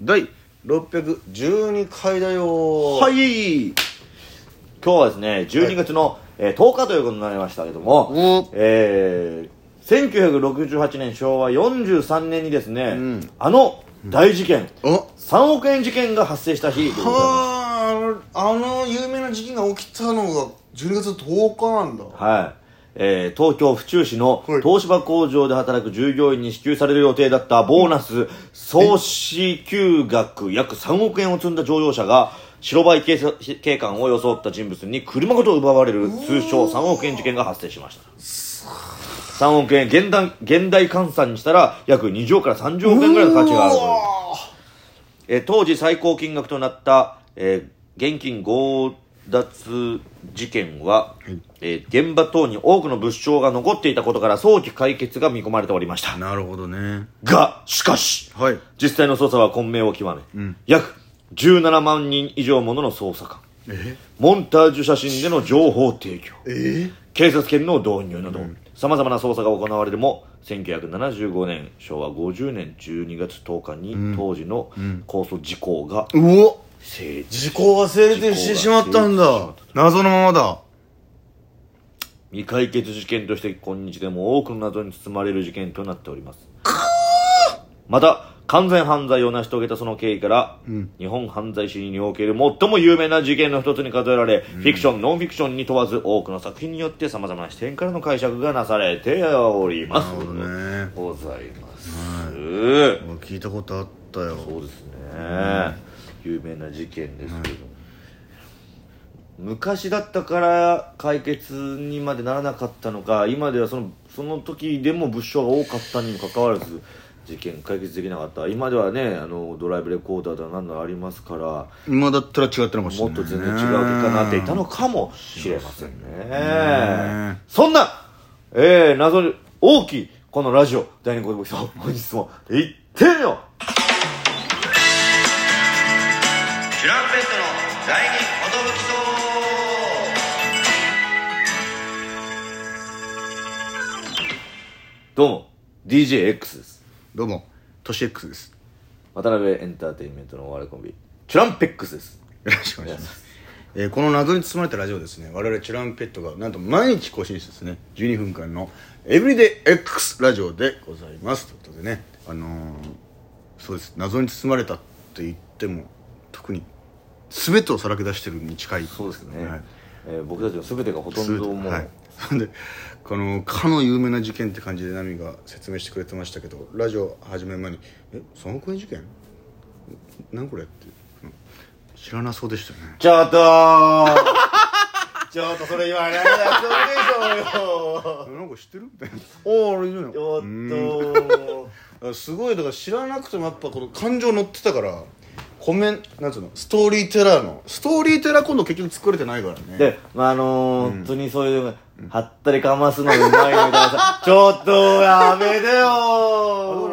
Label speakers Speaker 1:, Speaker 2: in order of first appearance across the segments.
Speaker 1: 第
Speaker 2: 612回だよ
Speaker 1: はい今日はですね12月の、えー10日ということになりましたけども、
Speaker 2: うん
Speaker 1: えー1968年昭和43年にですね、
Speaker 2: ん
Speaker 1: あの大事件、
Speaker 2: お
Speaker 1: 3億円事件が発生した日でございま
Speaker 2: はああの有名な事件が起きたのが12月10日なんだ
Speaker 1: すはいえー東京府中市の
Speaker 2: はい
Speaker 1: 東芝工場で働く従業員に支給される予定だったボーナス総支給額約3億円を積んだ乗用車が白バイ警察警官を装った人物に車ごと奪われる通称3億円事件が発生しました3億円現代現代換算にしたら約20億から30億円ぐらいの価値があるというえー当時最高金額となった、えー現金強奪事件は、えー現場等に多くの物証が残っていたことから早期解決が見込まれておりました
Speaker 2: なるほどね
Speaker 1: がしかし、
Speaker 2: はい
Speaker 1: 実際の捜査は混迷を極め、約17万人以上ものの捜査官
Speaker 2: え
Speaker 1: モンタージュ写真での情報提供
Speaker 2: え
Speaker 1: 警察権の導入などさまざまな捜査が行われても1975年昭和50年12月10日に当時の控訴事項が
Speaker 2: うお
Speaker 1: 成立
Speaker 2: 時効が制定してしまったんだ謎のままだ
Speaker 1: 未解決事件として今日でも多くの謎に包まれる事件となっておりますまた完全犯罪を成し遂げたその経緯から、日本犯罪史における最も有名な事件の一つに数えられ、フィクションノンフィクションに問わず多くの作品によってさまざまな視点からの解釈がなされております
Speaker 2: なるほどね
Speaker 1: ございます、
Speaker 2: 俺聞いたことあったよ
Speaker 1: そうですね、有名な事件ですけど、昔だったから解決にまでならなかったのか今ではそのその時でも物証が多かったにもかかわらず事件解決できなかった今ではねあのドライブレコーダーだなんだありますから
Speaker 2: 今だったら違ったのかもしれ
Speaker 1: もっ
Speaker 2: ない
Speaker 1: と
Speaker 2: ね
Speaker 1: 全然違う結果になっていたのかもしれませんね
Speaker 2: ね。
Speaker 1: そんな、えー、謎に大きいこのラジオ、第2回目、本日も行ってみようチュランペットの第2きどうも、DJX です。
Speaker 2: どうもトシ X です
Speaker 1: 渡辺エンターテインメントのお笑いコンビ、チュランペックスです。
Speaker 2: よろしくお願いします、えーこの謎に包まれたラジオですね我々チュランペットがなんと毎日更新してですね12分間のエブリデイ X ラジオでございますということでねあのーそうです謎に包まれたって言っても特に全てをさらけ出してるに近い
Speaker 1: そうですね、
Speaker 2: はい
Speaker 1: えー僕たちの全てがほとん
Speaker 2: 全
Speaker 1: ど
Speaker 2: て
Speaker 1: もう、
Speaker 2: はいそんでこのかの有名な事件って感じでナミが説明してくれてましたけどラジオ始める前に「え3億円事件何これ?」ってうん知らなそうでしたね
Speaker 1: ちょっとー ちょっとそれ言わないでしょうよ
Speaker 2: あなんか知ってるみたい な「おー俺いる
Speaker 1: ち
Speaker 2: よ
Speaker 1: ょっと
Speaker 2: あ」すごいだから知らなくてもやっぱこの感情乗ってたからコメンなんつうのストーリーテラーのストーリーテラー今度結局作れてないからね
Speaker 1: ーでまああのー本当にそういうのがはったりかますのがうまいみたいな さちょっとやめて
Speaker 2: あれ なん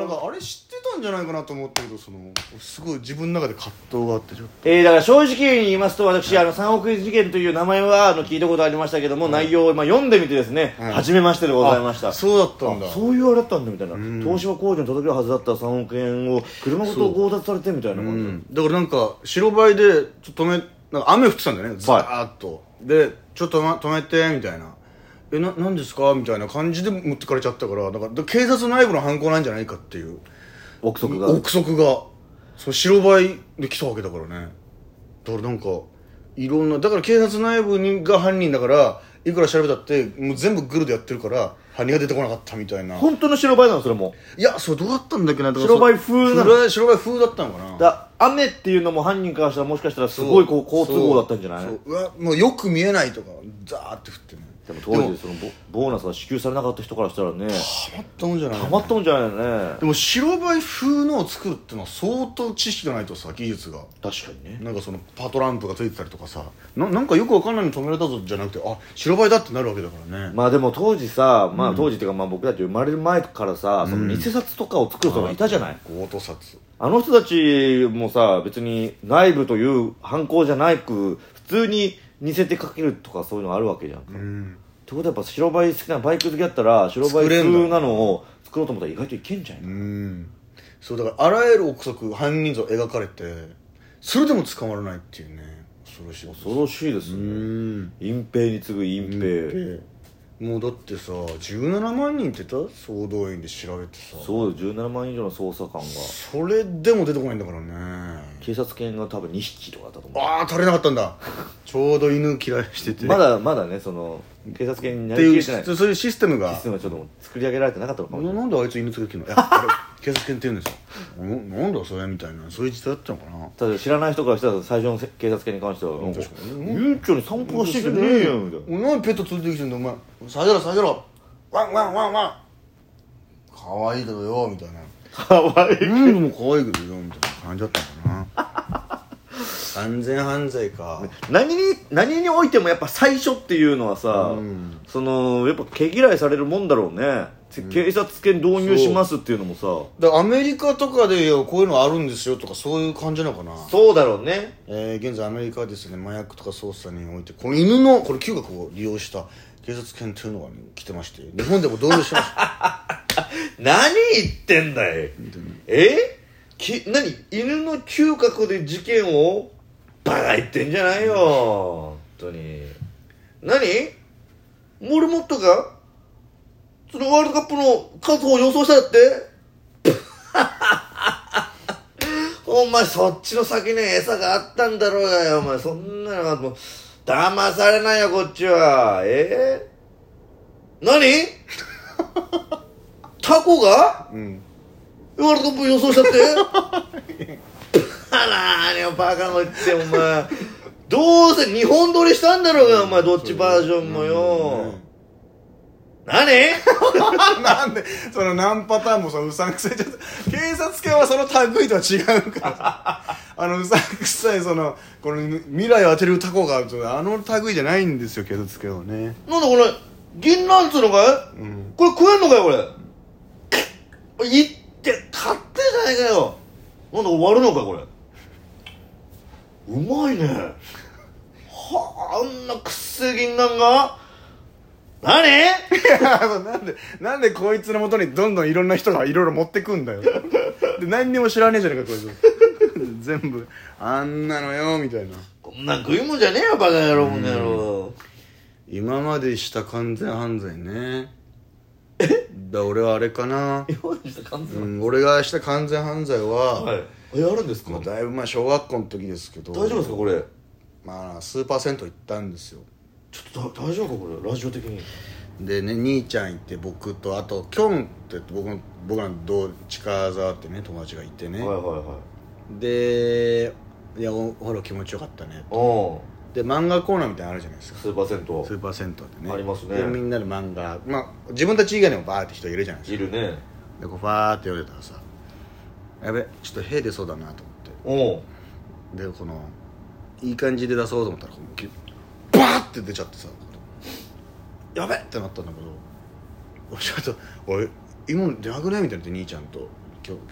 Speaker 1: よー
Speaker 2: かあれ知ってたんじゃないかなと思ったけどそのすごい自分の中で葛藤があってちょっと
Speaker 1: えー、だから正直に言いますと私、あの3億円事件という名前はあの聞いたことありましたけども、内容を今読んでみてですね、
Speaker 2: うん
Speaker 1: 初めましてでございました
Speaker 2: あそうだったんだ
Speaker 1: あそういうあれだったんだみたいな、東芝工場に届けるはずだった3億円を車ごと強奪されてみたいな
Speaker 2: う
Speaker 1: 感じ、
Speaker 2: ん、だからなんか白バイでちょっと止めなんか雨降ってたんだよねザーッと、でちょっと止ま止めてみたいな「えな何ですか?」みたいな感じで持ってかれちゃったからだからで警察内部の犯行なんじゃないかっていう
Speaker 1: 憶測が
Speaker 2: 憶測がその白バイで来たわけだからねだからなんかいろんなだから警察内部にが犯人だからいくら調べたってもう全部グルでやってるから犯人が出てこなかったみたいな
Speaker 1: 本当の白バイなのそれも
Speaker 2: いやそれどうだったんだっけなだから
Speaker 1: 白バイ風なの
Speaker 2: 白バイ白バイ風だったのかな
Speaker 1: だ雨っていうのも犯人からしたらもしかしたらすごいこう好都合だったんじゃない
Speaker 2: そううわもうよく見えないとかザーって降ってね
Speaker 1: でも当時そのボボーナスが支給されなかった人からしたらね
Speaker 2: たまったもんじゃない
Speaker 1: たまったもんじゃないよね
Speaker 2: でも白バイ風のを作るってのは相当知識がないとさ技術が
Speaker 1: 確かにね
Speaker 2: なんかそのパトランプがついてたりとかさななんかよくわかんないの止められたぞじゃなくてあ白バイだってなるわけだからね、
Speaker 1: まあでも当時さまあ当時っていうかまあ僕たち生まれる前からさその偽札とかを作る人がいたじゃない
Speaker 2: 強盗殺
Speaker 1: あの人たちもさ別に内部という犯行じゃなく普通に偽てかけるとかそういうのがあるわけじゃんか、
Speaker 2: うん
Speaker 1: ってことはやっぱ白バイ好きなバイク好きだったら白バイ
Speaker 2: 作れん
Speaker 1: 風
Speaker 2: の
Speaker 1: なのを作ろうと思ったら意外といけんじゃん、
Speaker 2: うんそうだからあらゆる憶測犯人像描かれてそれでも捕まらないっていうね恐ろしいこと
Speaker 1: 恐ろしいです
Speaker 2: う
Speaker 1: ね
Speaker 2: ん
Speaker 1: 隠蔽に次ぐ隠蔽
Speaker 2: でもうだってさ17万人って言った総動員で調べてさ
Speaker 1: そうです17万以上の捜査官が
Speaker 2: それでも出てこないんだからね
Speaker 1: 警察犬が多分2匹とかだったと思
Speaker 2: ああ足りなかったんだちょうど犬嫌いしてて
Speaker 1: うまだまだねその警察犬に
Speaker 2: っ
Speaker 1: な
Speaker 2: て
Speaker 1: りき
Speaker 2: い
Speaker 1: れ
Speaker 2: う
Speaker 1: てない
Speaker 2: そういうシステムが
Speaker 1: システムがちょっともう作り上げられてなかったのかもし
Speaker 2: な
Speaker 1: れない
Speaker 2: なんであいつ犬連れてきてんの いやあれ警察犬って言うんですよななんだそれみたいなそういう時代だったのかな
Speaker 1: ただ知らない人からしたら最初の警察犬に関してはなんか
Speaker 2: 確かに
Speaker 1: 悠長に散歩はしてんじゃねえよみたいな
Speaker 2: お前ペット連れてきてんだお前下げろ下げろワンワンワンワンかわいいけどよみたいな
Speaker 1: かわいい
Speaker 2: うんでも可愛いけどよみたいな感じだったのかな 完全犯罪か
Speaker 1: 何に何においてもやっぱ最初っていうのはさ、
Speaker 2: うん
Speaker 1: そのやっぱ毛嫌いされるもんだろうね、警察犬導入しますっていうのもさ
Speaker 2: だからアメリカとかでよこういうのあるんですよとかそういう感じなのかな
Speaker 1: そうだろうね
Speaker 2: えー現在アメリカはですね麻薬とか捜査においてこの犬のこれ嗅覚を利用した警察犬というのが、ね、来てまして日本でも導入しました
Speaker 1: 何言ってんだいえき何犬の嗅覚で事件をバカ言ってんじゃないよ本当に何モルモットがそのワールドカップの数を予想したって お前そっちの先に餌があったんだろうがよお前そんなのもう騙されないよこっちはえー、何タコが
Speaker 2: うん
Speaker 1: ワールドカップ予想しちゃって あらーにバカの言ってお前どうせ日本撮りしたんだろうがお前どっちバージョンもよ、何
Speaker 2: なんでその何パターンもそのうさんくさいちょっと警察犬はその類とは違うからあのうさんくさいそのこの未来を当てるタコがあるとあの類じゃないんですよ警察犬はね
Speaker 1: なんだこれ銀なんつうのかい、これ食えんのかよこれくっいって買ってんじゃないかよなんだこれ割るのかこれうまいねはああんなくっせえ銀杏が何
Speaker 2: いやなんでなんでこいつのもとにどんどんいろんな人がいろいろ持ってくんだよで何にも知らねえじゃねえかこいつ 全部あんなのよみたいな
Speaker 1: こんなん食いもんじゃねえよバカ野郎もん野郎
Speaker 2: 今までした完全犯罪ねえだ俺はあれかな、
Speaker 1: 用意した感じ
Speaker 2: うん、俺がした完全犯罪は、
Speaker 1: はいえあるんですか
Speaker 2: まあ、
Speaker 1: 大丈
Speaker 2: だいぶまあ小学校の時ですけど
Speaker 1: 夫ですかこれ
Speaker 2: まあスーパー銭湯行ったんですよ
Speaker 1: ちょっとだ大丈夫かこれラジオ的に
Speaker 2: でね兄ちゃんいて僕とあときょんって僕の僕らの同近沢ってね友達がいてね、
Speaker 1: はいはいはい
Speaker 2: でいやおほら気持ちよかったね
Speaker 1: お
Speaker 2: で漫画コーナーみたいなのあるじゃないですか
Speaker 1: スーパー銭
Speaker 2: スーパー銭湯でね
Speaker 1: ありますね
Speaker 2: でみんなで漫画まあ自分たち以外にもバーって人いるじゃないです
Speaker 1: 湯いるね
Speaker 2: かでこうファーって読んでたらさやべちょっと屁出そうだなと思
Speaker 1: おう
Speaker 2: ってでこのいい感じで出そうと思ったらこうきバーって出ちゃってさやべってなったんだけどおちょっと「おい今の出なくね?」みたいになって兄ちゃんと「今日今日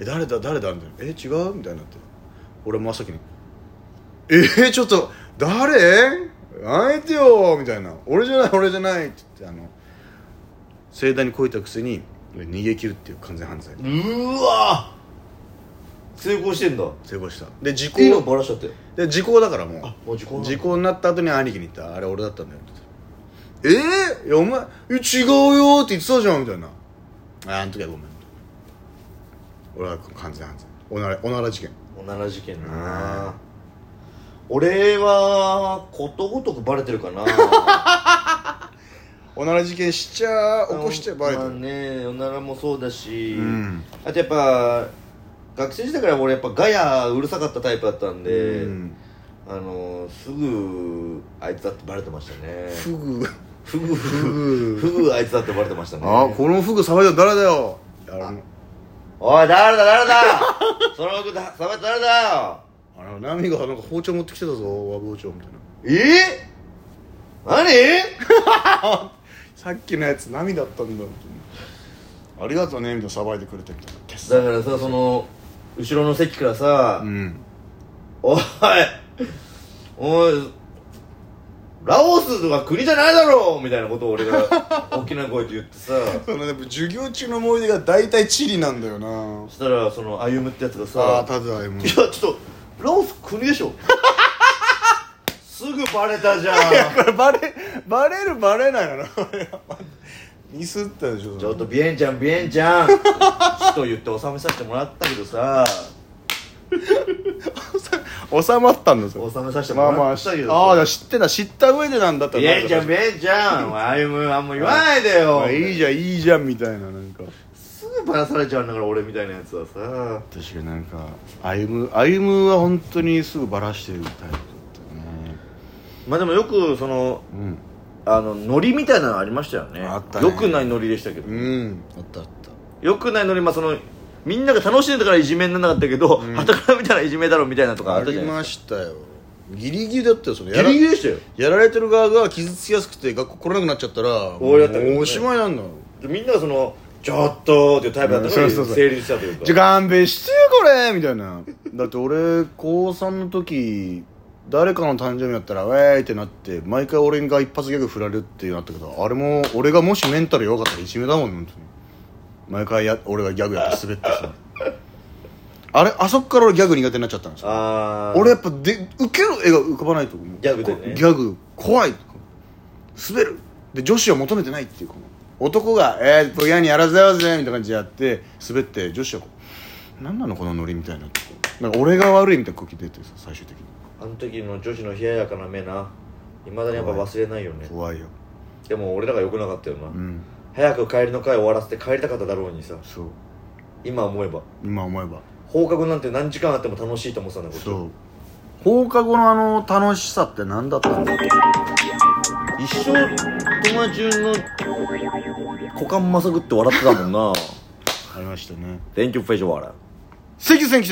Speaker 2: え誰だ誰だ?」みたいな「え違う?」みたいになって俺真っ先に「えー、ちょっと誰あえてよ」みたいな「俺じゃない俺じゃない」って言ってあの盛大にこいたくせに逃げ切るっていう完全犯罪
Speaker 1: うーわ成功してんだ
Speaker 2: 成功したで時
Speaker 1: いいの
Speaker 2: 効
Speaker 1: バラしちゃって
Speaker 2: で時効だからもう
Speaker 1: あもう時効なんだ
Speaker 2: 時効になった後に兄貴に言った「あれ俺だったんだよ」って言って「えー、いやお前え違うよ」って言ってたじゃん」みたいな「ああの時はごめん」俺は完全犯罪おならおなら事件
Speaker 1: おなら事件な俺はことごとくバレてる かな
Speaker 2: おなら事件しちゃ起こしちゃバレて
Speaker 1: まあ
Speaker 2: る
Speaker 1: ねおならもそうだし、
Speaker 2: ん
Speaker 1: あとやっぱ学生時代から俺やっぱガヤうるさかったタイプだったんで、
Speaker 2: うん
Speaker 1: あのすぐあいつだってバレてましたね
Speaker 2: フグ
Speaker 1: ふぐふぐふぐあいつだってバレてましたね
Speaker 2: あこのフグさばいたの誰だよあれ
Speaker 1: おい誰だ誰だその奥ださばいた誰だよ
Speaker 2: あのナミがなんか包丁持ってきてたぞ和包丁みたいな
Speaker 1: えー、何
Speaker 2: さっきのやつナミだったんだありがとうねみたいなさばいてくれてみたいな消す
Speaker 1: だからさその後ろの席からさ、
Speaker 2: うん
Speaker 1: おいおいラオスとか国じゃないだろうみたいなことを俺 が大きな声で言ってさ
Speaker 2: そのでも授業中の思い出が大体チリなんだよな
Speaker 1: そしたらその歩むってやつがさ
Speaker 2: ああたずあいも
Speaker 1: いやちょっとラオス国でしょすぐバレたじゃん
Speaker 2: これバレバレるバレないのな俺はミスったでしょ
Speaker 1: ちょっとビエンちゃんビエンちゃん死と言って収めさせてもらったけどさ
Speaker 2: 収まったんですよ
Speaker 1: 収めさせて
Speaker 2: まあ
Speaker 1: も
Speaker 2: ま
Speaker 1: ら
Speaker 2: あ
Speaker 1: ったけ
Speaker 2: し
Speaker 1: どさ
Speaker 2: ああ知ってた知った上でなんだったら
Speaker 1: ビエンちゃん
Speaker 2: ま
Speaker 1: ビエンちゃん歩むあんま言わないでよ
Speaker 2: あいいじゃんいいじゃんみたいななんか
Speaker 1: すぐバラされちゃうんだから俺みたいなやつはさ
Speaker 2: 確かになんか歩む歩むは本当にすぐバラしてるタイプだったね
Speaker 1: まあでもよくその
Speaker 2: うん
Speaker 1: あのノリみたいなのありましたよね
Speaker 2: あったね
Speaker 1: よくないノリでしたけど
Speaker 2: うんあったあった
Speaker 1: よくないノリまあそのみんなが楽しんでたからいじめにならなかったけどはた、から見たらいじめだろみたいなとかあ
Speaker 2: あ
Speaker 1: った
Speaker 2: り
Speaker 1: じゃない
Speaker 2: ましたよギリギリだったよそれ
Speaker 1: ギリギリでしたよ
Speaker 2: やられてる側が傷つきやすくて学校来れなくなっちゃったら
Speaker 1: こうやったらね
Speaker 2: もうおしまいなんだよ
Speaker 1: みんながその「ちょっと」っていうタイプだったの
Speaker 2: うん
Speaker 1: に
Speaker 2: そうそうそう
Speaker 1: 成立したというか
Speaker 2: じゃ勘弁してよこれみたいなだって俺高3の時誰かの誕生日だったら「ウェーイ!」ってなって毎回俺が一発ギャグ振られるっていうのあったけどあれも俺がもしメンタル弱かったらいじめだもん本当に毎回や俺がギャグやって滑ってさあれあそこから俺ギャグ苦手になっちゃったんですよ
Speaker 1: ああ
Speaker 2: 俺やっぱで受ける絵が浮かばないと思う
Speaker 1: ギャグでね
Speaker 2: こギャグ怖い滑るで女子は求めてないっていうこの男が「えー、とやにやらせようぜ」みたいな感じでやって滑って女子はこう「何なのこのノリ」みたいななんか俺が悪いみたいな空気出てさ最終的に
Speaker 1: あの時の女子の冷ややかな目ないまだにやっぱ忘れないよね
Speaker 2: 怖いよ
Speaker 1: でも俺らが良くなかったよな、
Speaker 2: うん
Speaker 1: 早く帰りの会終わらせて帰りたかっただろうにさ
Speaker 2: そう
Speaker 1: 今思えば
Speaker 2: 今思えば
Speaker 1: 放課後なんて何時間あっても楽しいと思ってたんだこっち
Speaker 2: そう放課後のあの楽しさって何だったんだ
Speaker 1: 一生友達の股間まさぐって笑ってたもんな
Speaker 2: ありましたね
Speaker 1: Thank you for your w a t e
Speaker 2: Thank you, thank you